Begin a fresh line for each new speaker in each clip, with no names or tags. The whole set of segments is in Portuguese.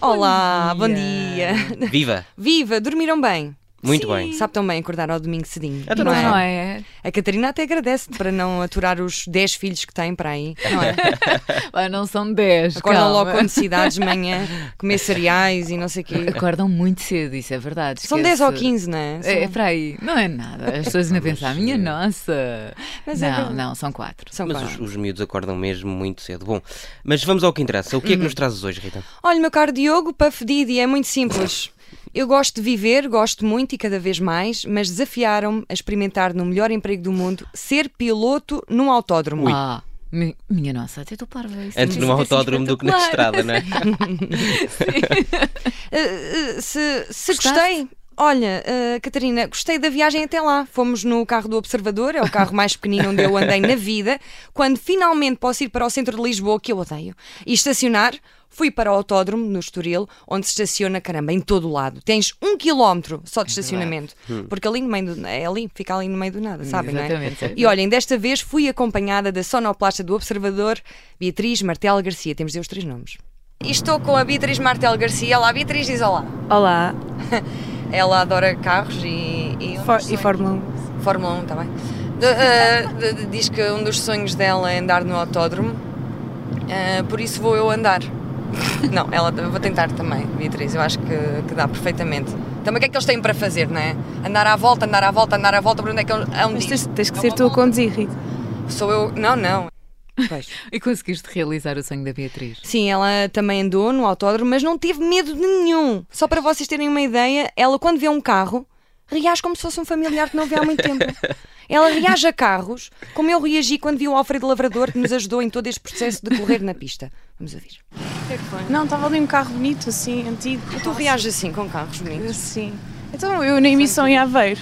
Olá, bom
Bom
dia.
dia.
Viva!
Viva, dormiram bem?
Muito
Sim.
bem. Então
Sabe tão bem acordar ao domingo cedinho,
Adoro
não é?
isso.
Não é?
A Catarina até agradece para não aturar os 10 filhos que tem para aí, não é?
Olha, não são 10.
Acordam
calma.
logo com necessidades de manhã, comer cereais e não sei o quê.
Acordam muito cedo, isso é verdade.
São 10
esquece.
ou 15, não é? São-
É, é para aí, não é nada. As pessoas ainda pensam, minha
é."
nossa.
Mas é
não,
verdade.
não, são quatro.
São
Mas
quatro.
os, os miúdos acordam mesmo muito cedo. Bom, mas vamos ao que interessa. O que é que nos trazes hoje, Rita?
Olha, meu caro Diogo, Puff Didi é muito simples. Eu gosto de viver, gosto muito e cada vez mais, mas desafiaram-me a experimentar no melhor emprego do mundo ser piloto num autódromo.
Ah, mi- minha nossa, até tu parva isso.
Antes
não
num
é assim
autódromo do que na
espetacular.
estrada, não é?
Uh, uh, se se
Gostaste?
gostei. Olha, uh, Catarina, gostei da viagem até lá. Fomos no carro do Observador, é o carro mais pequenino onde eu andei na vida. Quando finalmente posso ir para o centro de Lisboa, que eu odeio, e estacionar, fui para o autódromo, no Estoril, onde se estaciona, caramba, em todo o lado. Tens um quilómetro só de estacionamento. Porque ali no meio do, é ali, fica ali no meio do nada, sabem, não é?
Hum. Exatamente.
E olhem, desta vez fui acompanhada da sonoplasta do Observador, Beatriz Martel Garcia. Temos de dizer os três nomes. E estou com a Beatriz Martel Garcia. Olá, Beatriz, diz olá.
Olá,
Ela adora carros e, e, um
For-
dos
e
sonhos-
Fórmula 1?
Fórmula 1 também. De- eh, de- de- diz que um dos sonhos dela é andar no autódromo, eh, por isso vou eu andar. Não, ela eu vou tentar também, Beatriz, eu acho que, que dá perfeitamente. Também o que é que eles têm para fazer, não é? Andar à volta, andar à volta, andar à volta, para onde é que eles.
Mas
Aonde
tens,
isto?
tens que
É
ser
uma
tu a
volta?
conduzir, Rita.
Sou eu. Não, não.
E conseguiste realizar o sonho da Beatriz.
Sim, ela também andou no autódromo, mas não teve medo de nenhum. Só para vocês terem uma ideia, ela quando vê um carro, reage como se fosse um familiar que não vê há muito tempo. Ela reage a carros, como eu reagi quando vi o Alfredo Lavrador, que nos ajudou em todo este processo de correr na pista. Vamos ouvir.
Não, estava ali um carro bonito, assim, antigo.
Tu reages assim com carros bonitos?
Sim. Então, eu na emissão em Aveiro,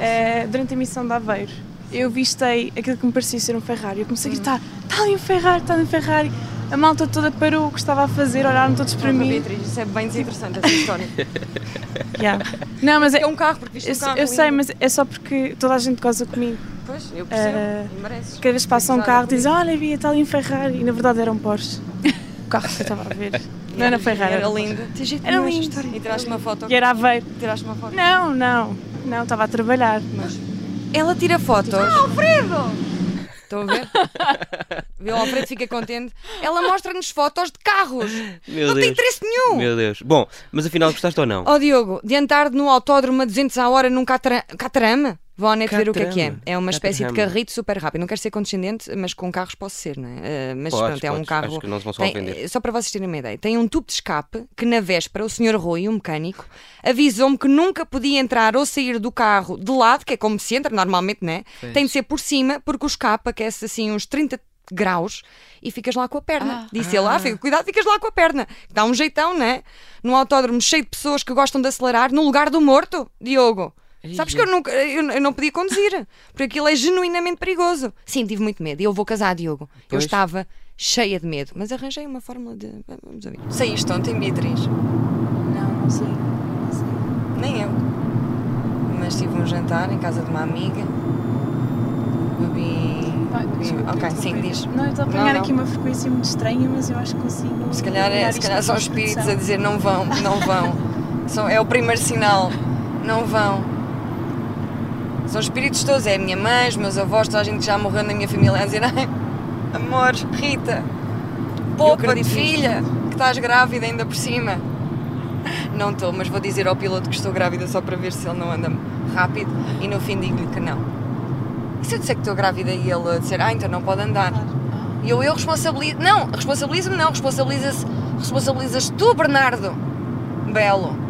eh, durante a emissão de Aveiro, eu vistei aquilo que me parecia ser um Ferrari. Eu
Hum.
comecei a gritar, está ali um Ferrari, está ali um Ferrari. A malta toda parou o que estava a fazer, olharam todos para mim.
isso é bem desinteressante essa história.
Yeah. Não, mas é,
um carro, porque
eu, eu sei, mas é só porque toda a gente goza comigo.
Pois, eu
Eh,
e mereces.
Cada vez que passa um
Exato, é
carro
bonito.
dizem, olha, vi, está ali um Ferrari. E na verdade era um Porsche. O carro que eu estava a ver. Não era Ferrari.
Era
um Porsche.
lindo. Tem jeito
Era
nenhum esta
lindo.
história. E tiraste uma foto.
E era Aveiro.
Tiraste uma foto.
Não, não. Não, estava a trabalhar.
Ela tira fotos. Ah, Alfredo! Estão a ver? Viu? O Alfredo fica contente. Ela mostra-nos fotos de carros.
Meu
não tem
Deus.
interesse nenhum. Oh.
Meu Deus. Bom, mas afinal gostaste ou não?
Ó Diogo, de andar no autódromo a 200 à hora num catra- catrame? Vão à net ver o que é que é.
Catrame.
É uma espécie de
Catrame.
carrito super rápido. Não quero ser condescendente, mas com carros posso ser, não é? Eh, mas
Podes,
pronto, é um
podes.
carro.
Acho que não se vão só
Tem-
ofender.
eh, só para vocês terem uma ideia. Tem um tubo de escape que, na véspera, o senhor Rui, o mecânico, avisou-me que nunca podia entrar ou sair do carro de lado, que é como se entra normalmente, não é?
Pois.
Tem de ser por cima, porque o escape aquece assim uns 30 graus e ficas lá com a perna.
Ah.
Disse ele, ah, fica, cuidado, ficas lá com a perna. Dá um jeitão, não é? Num autódromo cheio de pessoas que gostam de acelerar, no lugar do morto, Diogo. Sabes que eu, nunca, eu, eu não podia conduzir, porque aquilo é genuinamente perigoso. Sim, tive muito medo. E eu vou casar, Diogo. Eu
Pois.
estava cheia de medo, mas arranjei uma fórmula de. Vamos ouvir. Saíste ontem, Beatriz?
Não, não sei.
Nem eu. Mas tive um jantar em casa de uma amiga. Bebi. ok, sim, diz.
Não, eu estou a apanhar
Não,
aqui uma frequência muito estranha, mas eu acho que consigo.
Se calhar, é,
apanhar
se
isto
calhar
com
são espíritos a
percepção.
dizer não vão, não vão. São- é o primeiro sinal. Não vão. São espíritos todos, é a minha mãe, os meus avós, toda a gente que já morreu na minha família a dizer ai, amor, Rita, poupa-te,
acredito nisto.
filha, que estás grávida ainda por cima. Não estou, mas vou dizer ao piloto que estou grávida só para ver se ele não anda rápido e no fim digo-lhe que não. E se eu disser que estou grávida e ele disser, ah, então não pode andar? E eu, eu responsabilizo. Não, responsabilizo-me não, responsabiliza-se. Responsabilizas tu, Bernardo Belo,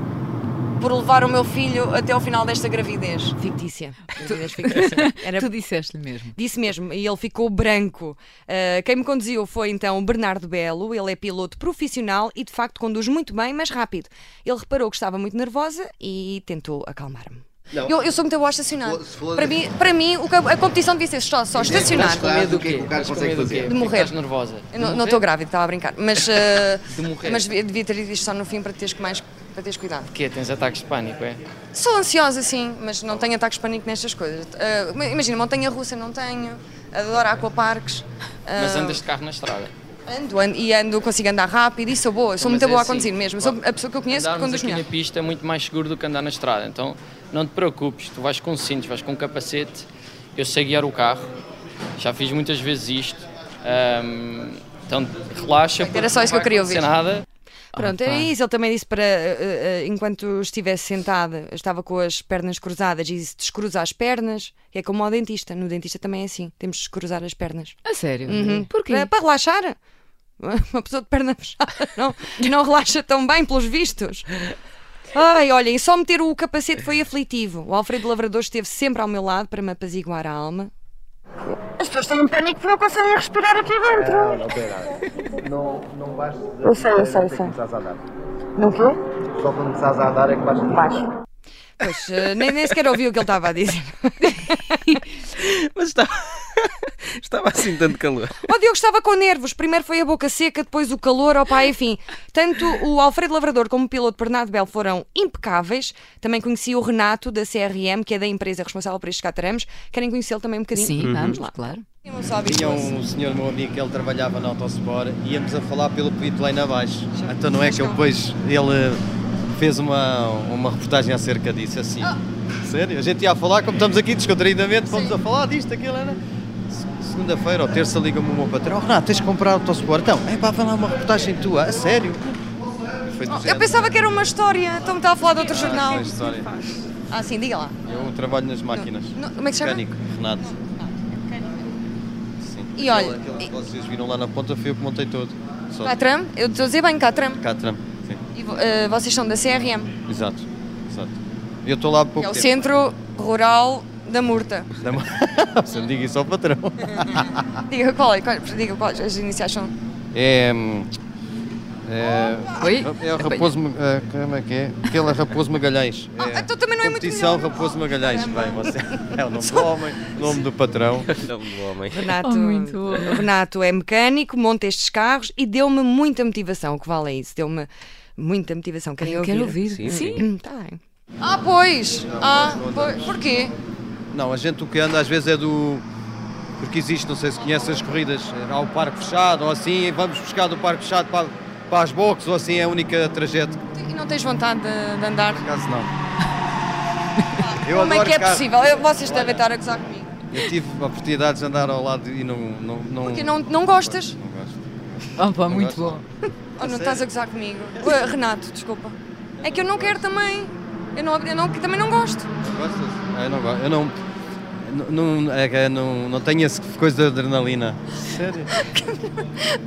por levar o meu filho até ao final desta gravidez. Fictícia. Gravidez fictícia. Era...
Tu disseste-lhe mesmo.
Disse mesmo, e ele ficou branco. Ah, quem me conduziu foi então o Bernardo Belo, ele é piloto profissional e de facto conduz muito bem, mas rápido. Ele reparou que estava muito nervosa e tentou acalmar-me.
Não.
Eu, eu sou muito boa a estacionar.
Se for-
Para mim, para mim o que a a competição devia ser só, só estacionar.
Com medo do
é
quê? O cara consegue fazer.
De morrer.
Estás nervosa.
Eu não- Não estou grávida, estava a brincar. Mas, eh,
De morrer.
mas devia devia ter dito isto só no fim para teres, que mais, para teres cuidado.
Porquê? Tens ataques de pânico, é?
Sou ansiosa, sim, mas não tenho ataques de pânico nestas coisas. Eh, imagina, montanha russa não tenho, adoro aquaparques. eh,
Mas andas de carro na estrada.
Ando, ando, e ando, consigo andar rápido e sou boa, sou
Mas
muito
é
boa
assim,
a conduzir mesmo. Sou
vá-
a pessoa que eu conheço que
Andarmos
conduz
aqui
melhor.
na pista é muito mais seguro do que andar na estrada. Então não te preocupes, tu vais com cintos, vais com capacete. Eu sei guiar o carro, já fiz muitas vezes isto. Ahm, então relaxa. porque
só isso que
não
eu queria
vai acontecer
ouvir.
Nada.
Pronto,
Ah, pá.
era isso. Ele também disse para eh, eh, enquanto estivesse sentada, estava com as pernas cruzadas e se descruza as pernas, é como ao dentista. No dentista também é assim, temos de descruzar as pernas.
A sério?
Uhum.
Ah, Porquê?
Para, para relaxar. Uma pessoa de perna fechada não, não relaxa tão bem, pelos vistos. Ai, olhem, só meter o capacete foi aflitivo. O Alfredo Lavrador esteve sempre ao meu lado para me apaziguar a alma.
As pessoas têm um pânico porque não conseguem respirar aqui dentro. Não, não tem nada. Não, não baixes. Eu sei, eu sei, sei.
começares a andar.
Não quê?
Só quando começares a andar é que vais.
Baixo.
Pois, eh, nem, nem sequer ouvi o que ele estava a dizer.
Mas estava. estava assim tanto calor.
O Diogo estava com nervos. Primeiro foi a boca seca, depois o calor, opá, enfim. Tanto o Alfredo Lavrador como o piloto Bernardo Belo foram impecáveis. Também conheci o Renato, da CRM, que é da empresa responsável por estes cataramos. Querem conhecê-lo também um bocadinho?
Sim,
Uhum.
vamos, claro.
Tinha um só
Tinha
habituoso.
um senhor meu amigo que ele trabalhava na Autosport e íamos a falar pelo pitlane abaixo. Então não é que eu depois ele eh, fez uma, uma reportagem acerca disso, assim.
Ah.
Sério? A gente ia a falar, como estamos aqui descontraídamente, vamos a falar disto, aquilo, era. Se- Segunda-feira ou terça liga-me o meu patrão, oh, Renato, tens de comprar Autosport. Então, é pá, vai lá uma reportagem tua, a sério?
Oh,
Foi do
Eu
género.
pensava que era uma história. Estão-me a falar de outro
Ah,
jornal.
essa história.
Ah, sim, diga lá.
Eu trabalho nas máquinas.
No- como é que se chama?
Mecânico, Renato. Sim.
E olha,
Aquele- aquele
e- Ah,
que vocês viram lá na ponta foi eu que montei todo. Só
Catram? Eu estou a dizer bem Catram.
Catram. Sim,
E vo- eh, vocês são da CRM,
exato. exato. Eu estou lá há
que
pouco
é o
tempo.
Centro Rural da Murta.
Da ma- Você me diga isso ao patrão.
Diga qual é, qual, diga qual as iniciais são.
É. hum, É,
Oi?
é o Raposo. Ma- é, Como é que é? Aquele é Raposo Magalhães.
Ah, então também não é muito
Competição
melhor. Ah,
Raposo Magalhães. Bem, você é o nome do homem, nome do patrão.
Não, homem.
Renato,
Oh, muito bom.
o Renato é mecânico, monta estes carros e deu-me muita motivação. O que vale é isso? Deu-me muita motivação. Querem
Eu
ouvir?
quero ouvir.
Sim,
Sim.
Hum, tá bem. Ah, pois! ah, pois. Porquê?
Não, a gente o que anda às vezes é do. Porque existe, não sei se conhece as corridas, há o parque fechado ou assim, e vamos buscar do parque fechado para, para as boxes ou assim, é a única trajeto.
E não tens vontade de, de andar?
Caso não. Eu
Como é
adoro
que é
carro.
possível? Eu- vocês devem estar a gozar comigo.
Eu tive a oportunidade de andar ao lado e não. não, não
Porque não, não gostas?
Não gosto.
Opa,
Não
Oh, muito
gosto.
bom.
Ou não estás a gozar comigo? Ué, Renato, desculpa. É que eu não quero também. Eu, não, eu não, também não gosto.
Não gostas? Eu não gosto. Eu não. Não, não- é que eu não, não tenho essa coisa de adrenalina. Sério?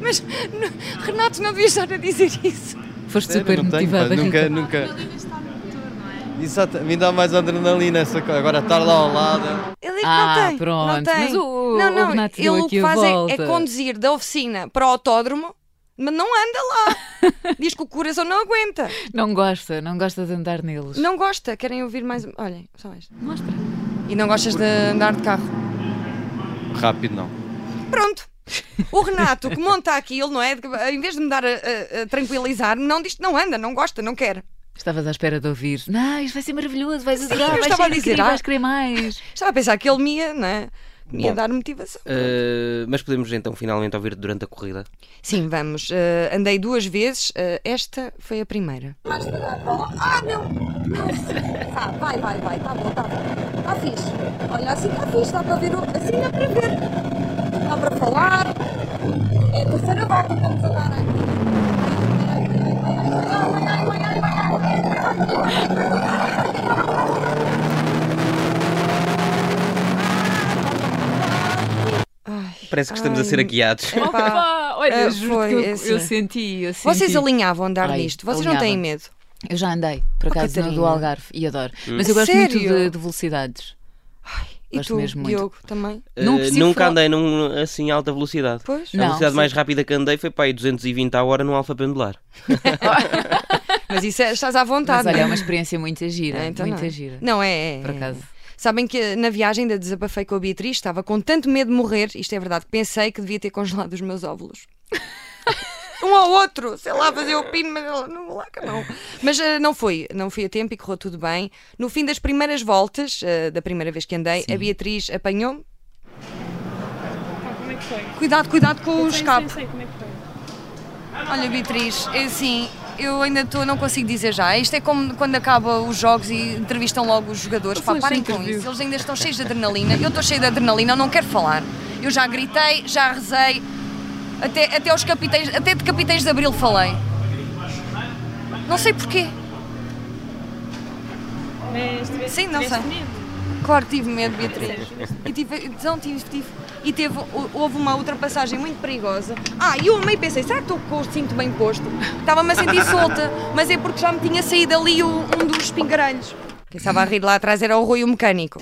Mas, n- Renato, não devias estar a dizer isso.
Foste
Sério,
super
não tenho, pá,
motivada,
nunca,
Rita.
nunca.
é?
Exato, me dá mais adrenalina essa coisa. Agora estar lá ao lado.
Ele é que
Ah,
não tem. Não
pronto.
tem.
Mas o-
não,
o
não,
Renato
ele
deu
o
aqui
que
a
faz é, é
volta.
conduzir da oficina para o autódromo, mas não anda lá. Diz que o coração não aguenta.
Não gosta, não gosta de andar neles.
Não gosta. Querem ouvir mais. um? Olhem, só esta.
Mostra.
E não gostas de andar de carro.
Rápido não.
Pronto. O Renato que monta aquilo, não é? Em vez de me dar a, a- a tranquilizar-me, não diz que não anda, não gosta, não quer.
Estavas à espera de ouvir. Não, isto vai ser maravilhoso, vais adorar,
eu
vais
estava
ser
a dizer,
incrível,
ah.
vais querer mais.
Estava a pensar que ele me ia, não é? Me ia
Bom.
dar motivação.
Uh, mas podemos então finalmente ouvir durante a corrida.
Sim, vamos. Eh, andei duas vezes, eh, esta foi a primeira.
Ah, não. Ah, vai, vai, vai. Tá bom, tá bom. Tá fixe. Olha, assim tá fixe. Dá para ver. o- Assim dá para ver. Dá para falar. É a terceira volta. Vamos andar
Parece que estamos a ser
Ai,
guiados.
Epá.
Opa, olha,
Ah,
juro
foi
que eu,
esse.
eu senti, eu senti.
Vocês alinhavam a andar
Ai,
nisto? Vocês não
alinhava.
têm medo?
Eu já andei, por
Oh,
acaso, no do
Catarina.
Algarve e adoro. Mas eu gosto
Sério?
muito de, de velocidades.
E tu,
Gosto mesmo muito.
Diogo, também?
Não
Uh,
preciso
nunca
falar-
andei num, assim a alta velocidade.
Pois?
a
Não,
velocidade
sim.
mais rápida que andei foi para aí 220 à hora no Alfa Pendular.
Mas isso é, estás à
Mas
vontade.
olha, é
não
uma experiência muito gira,
É, então
muito
não.
gira.
Não é? é-
Por acaso.
Sabem que na viagem ainda desabafei com a Beatriz, estava com tanto medo de morrer, isto é verdade, que pensei que devia ter congelado os meus óvulos. um ao outro, sei lá, fazer o pino, mas ela, não vou lá que não. Mas ah, não foi, não fui a tempo e correu tudo bem. No fim das primeiras voltas, ah, da primeira vez que andei, a Beatriz apanhou-me.
Pá, como é que foi?
Cuidado, cuidado com o
Sei,
escape.
sei, sei como é que foi.
Olha, Beatriz, é assim, eu ainda estou, não consigo dizer já. Isto é como quando acabam os jogos e entrevistam logo os jogadores. Pá, parem com isso. Eles ainda estão cheios de adrenalina. Eu estou cheio de adrenalina, eu não quero falar. Eu já gritei, já rezei, até, até os capitães, até de capitães de Abril falei. Não sei porquê.
Mas tiveste-
Sim, não
tiveste
sei.
medo.
Claro, tive medo, Beatriz. E tive, não, tive, tive. E teve, houve uma ultrapassagem muito perigosa. Ah, e eu amei, pensei, será que estou com o cinto bem posto? Estava-me a sentir solta, mas é porque já me tinha saído ali o- um dos pingarelhos. Quem estava a rir lá atrás era o Rui, o mecânico.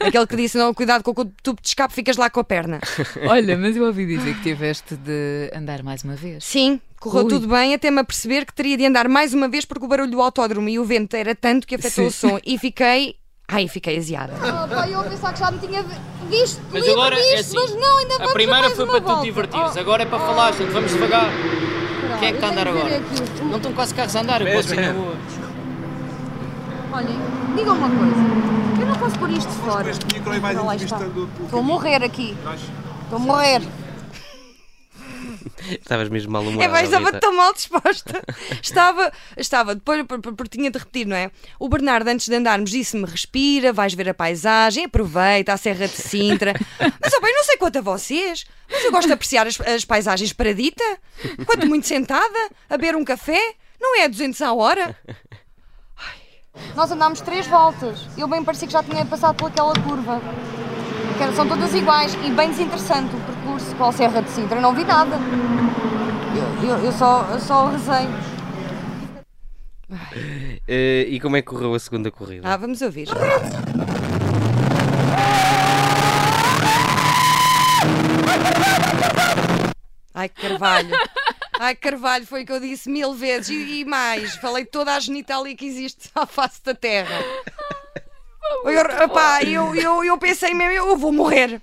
Aquele que disse, não, cuidado com o tubo de escape, ficas lá com a perna.
Olha, mas eu ouvi dizer que tiveste de andar mais uma vez.
Sim, correu
Ui.
tudo bem até me aperceber que teria de andar mais uma vez porque o barulho do autódromo e o vento era tanto que afetou
Sim.
o som e fiquei. Ai, fiquei aziada.
Oh, pá, eu a pensar que já me tinha vi- visto,
Mas
livre
agora
disto,
é assim.
mas não, ainda vamos
a primeira
mais
foi
uma
para
volta.
tu divertires,
Oh,
agora é para falar, gente. Vamos devagar.
caralho,
Quem é que está a
eu
andar
tenho
agora?
que ver aqui.
Não estão quase carros a andar, eu posso ir na boa.
Olhem, digam uma coisa. Eu não posso pôr isto fora. Para lá está. Estou a morrer aqui. Estou a morrer.
Estavas mesmo mal
É,
humorada.
mas estava
Rita.
tão mal disposta. estava, estava, depois, por- por- porque tinha de repetir, não é? O Bernardo, antes de andarmos, disse-me: respira, vais ver a paisagem, aproveita a Serra de Sintra. mas, ó bem, não sei quanto a vocês, mas eu gosto de apreciar as, as paisagens paradita, quanto muito sentada, a beber um café, não é a 200 à hora?
Nós andámos três voltas. Eu bem parecia que já tinha passado por aquela curva. Que era- são todas iguais e bem desinteressante o percurso com a Serra de Sintra. Eu não vi nada. Eu, eu- eu só, eu só rezei.
Eh, e como é que correu a segunda corrida?
Ah, vamos ouvir. Ai, que Carvalho. Ai, que Carvalho, foi o que eu disse mil vezes e, e mais. Falei toda a genitalia que existe à face da terra. Eu, opá, eu, eu, eu pensei mesmo, eu vou morrer.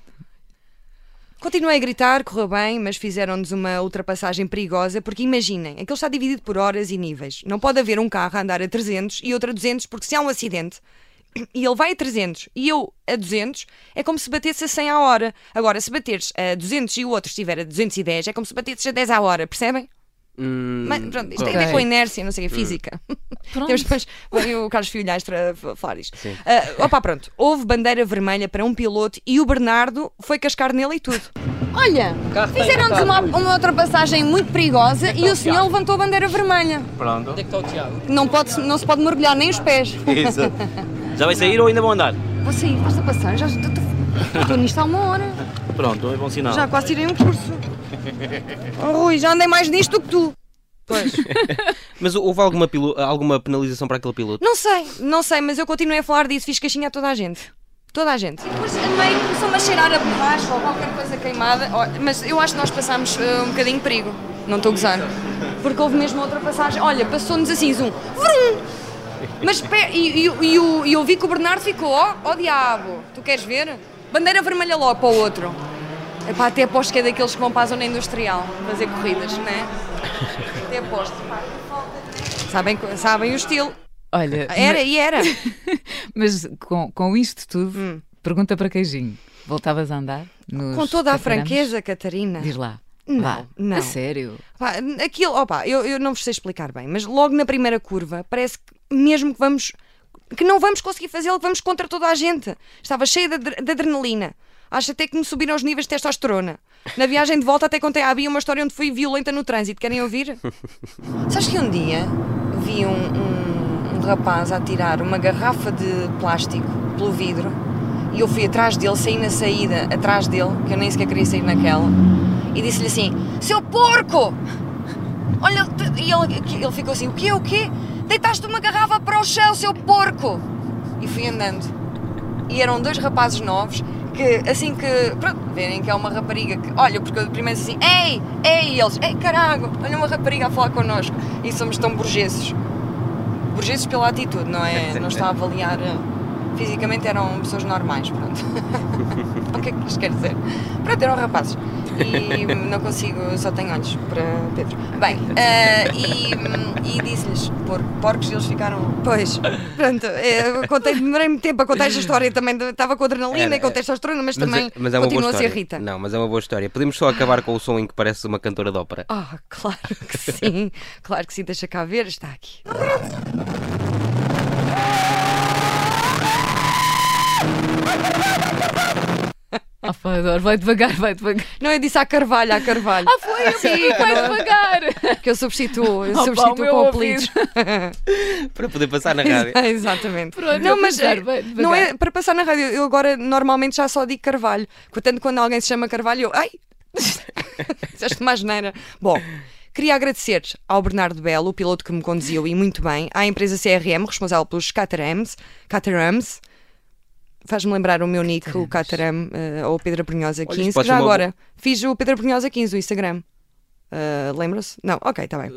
Continuei a gritar, correu bem, mas fizeram-nos uma ultrapassagem perigosa, porque imaginem, aquilo está dividido por horas e níveis. Não pode haver um carro a andar a 300 e outro a 200, porque se há um acidente e ele vai a 300 e eu a 200, é como se batesse a 100 à hora. Agora, se bateres a 200 e o outro estiver a 210, é como se batesses a 10 à hora, percebem?
Hum,
Mas, pronto, isto tem a ver
ok.
com a inércia, não sei, a física. Temos depois vem o Carlos Filhais para falar isto. Ah, opa, pronto, houve bandeira vermelha para um piloto e o Bernardo foi cascar nele e tudo.
Olha, fizeram-nos uma, uma ultrapassagem muito perigosa e o senhor levantou a bandeira vermelha.
Onde é que está o Tiago?
Não, pode, não se pode mergulhar nem os pés.
Exato.
Já vai sair ou ainda vão andar?
Vou sair, basta passar. Já estou- estou estou nisto há uma hora.
Pronto, é bom sinal.
Já quase tirei um curso. Oh, Rui, já andei mais nisto do que tu. Pois.
Mas houve alguma, pilo- alguma penalização para aquele piloto?
Não sei, não sei, mas eu continuei a falar disso, fiz caixinha a toda a gente. Toda a gente. Depois meio começou-me a cheirar a borracha ou qualquer coisa queimada, Ó, mas eu acho que nós passámos eh, um bocadinho de perigo. Não estou a gozar. Porque houve mesmo outra passagem. Olha, passou-nos assim, zoom. Vrum! Mas pe- e, e, e, o- e eu vi que o Bernardo ficou, ó, ó diabo, tu queres ver? Bandeira vermelha logo para o outro. Epá, até aposto que é daqueles que vão para a zona industrial fazer corridas, não é? Até aposto. Pá, que falta de- Sabem, co- sabem o estilo.
Olha,
Ah, Era e era.
mas, mas com, com isto tudo, pergunta para queijinho. Voltavas a andar?
Hum.
nos
Com toda a
cartarames?
franqueza, Catarina.
Diz lá.
Não,
Vá.
não.
A sério.
Pá, aquilo, opa, eu, eu não vos sei explicar bem, mas logo na primeira curva parece que mesmo que vamos que não vamos conseguir fazê-lo, que vamos contra toda a gente. Estava cheia de, adre- de adrenalina. Acho até que me subiram os níveis de testosterona. Na viagem de volta até contei à Bia uma história onde fui violenta no trânsito. Querem ouvir? Sabes que um dia vi um, um- um rapaz a tirar uma garrafa de plástico pelo vidro e eu fui atrás dele, saí na saída, atrás dele, que eu nem sequer queria sair naquela, e disse-lhe assim: Seu porco! Olha, te- e ele, ele ficou assim: O quê? O quê? Deitaste uma garrafa para o chão, seu porco! E fui andando. E eram dois rapazes novos que, assim que. Pronto, verem que é uma rapariga que. Olha, porque eu primeiro disse assim: Ei, ei! E eles: Ei, carago! Olha uma rapariga a falar connosco. E somos tão burgueses. Burgueses pela atitude, não é? Não está a avaliar. eh, Fisicamente eram pessoas normais, pronto. o que é que isto quer dizer? Pronto, eram rapazes. e não consigo, só tenho olhos para Pedro. Bem, eh, e, hum, e disse-lhes, por, porcos, e eles ficaram. Pois, pronto, eh, contei, demorei-me tempo a contar esta história também. de- Estava com adrenalina
Era-
e contei esta história, mas,
Mas
também
é- mas é uma boa
continua a ser
história.
Rita.
Não, mas é uma boa história. Podemos só acabar com o som em que parece uma cantora de ópera.
Ah, claro que sim, claro que sim, deixa cá ver, está aqui.
Ah, pá, adoro. Vai devagar, vai devagar.
Não, eu disse à Carvalho, à Carvalho.
Ah, foi eu vi, vai
é?
devagar.
Que eu substituo, eu
Opa, o
substituo
meu
com
ouvido.
apelidos.
Para poder passar na rádio.
Exatamente.
Pronto,
não,
vou
mas
pensar,
eh,
vai devagar.
não é para passar na rádio. Eu agora normalmente já só digo Carvalho. Portanto, quando alguém se chama Carvalho, eu. Ai! Dizeste uma geneira. Bom. Queria agradecer ao Bernardo Belo, o piloto que me conduziu e muito bem, à empresa CRM, responsável pelos Catarams. Catarams. Faz-me lembrar o meu nick, o Cataram, eh, ou o Pedro Brunhosa
isto
15.
pode
Já
ser uma boa-
agora, fiz o Pedro Brunhosa 15, o Instagram. Eh, Lembra-se? Não, ok, está bem.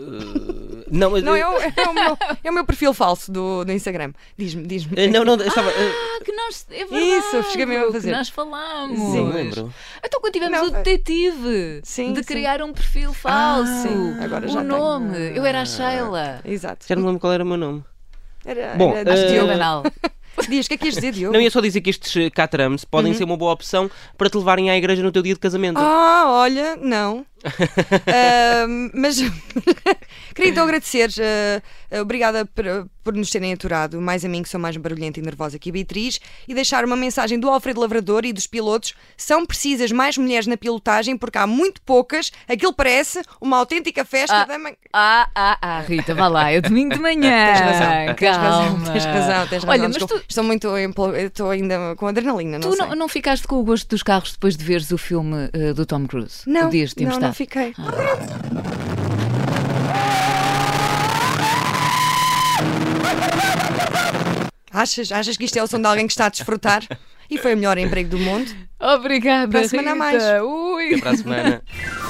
Não, mas- eh,
Não, é o, é o meu, é o meu perfil falso do, do Instagram. Diz-me, diz-me.
Eh, Não, não, eu estava. eh,
Ah, que nós. É verdade,
Isso, cheguei mesmo a
que
fazer.
Nós
Ah,
falámos.
Não me lembro.
Então, quando tivemos
Não,
o detetive
Sim,
de
sim.
criar um perfil
Ah,
falso,
sim, agora
o
já tenho.
nome, eu
Ah.
era a Sheila.
Exato.
Já não me lembro qual era o meu nome.
Era,
Bom,
era-
eh,
Acho que
eu-
Diogo Anal.
Diz, o que é que ias dizer, Diogo?
Não, ia só dizer que estes eh, catarams podem ser uma boa opção para te levarem à igreja no teu dia de casamento.
Uhum. Ah, olha, não. Ahm, mas queria então agradecer. ah, obrigada por, por nos terem aturado. Mais a mim, que sou mais barulhenta e nervosa que a Beatriz. E deixar uma mensagem do Alfredo Lavrador e dos pilotos. São precisas mais mulheres na pilotagem, porque há muito poucas. Aquilo parece uma autêntica festa
Ah.
da manhã.
Ah, ah, ah, Rita, vá lá, é domingo de manhã.
Tens razão, tens razão,
Calma.
tens razão, tens razão.
Olha, mas
Desculpa,
tu,
Estou muito. empol- Estou ainda com adrenalina, não
tu
sei.
não, não ficaste com o gosto dos carros depois de veres o filme eh, do Tom Cruise?
Não,
Podias ter
não, não
estado. Ah.
fiquei. Achas, achas que isto é o som de alguém que está a desfrutar? E foi o melhor emprego do mundo.
Obrigada,
Para a semana a
Rita.
mais.
Ui.
Até para a semana.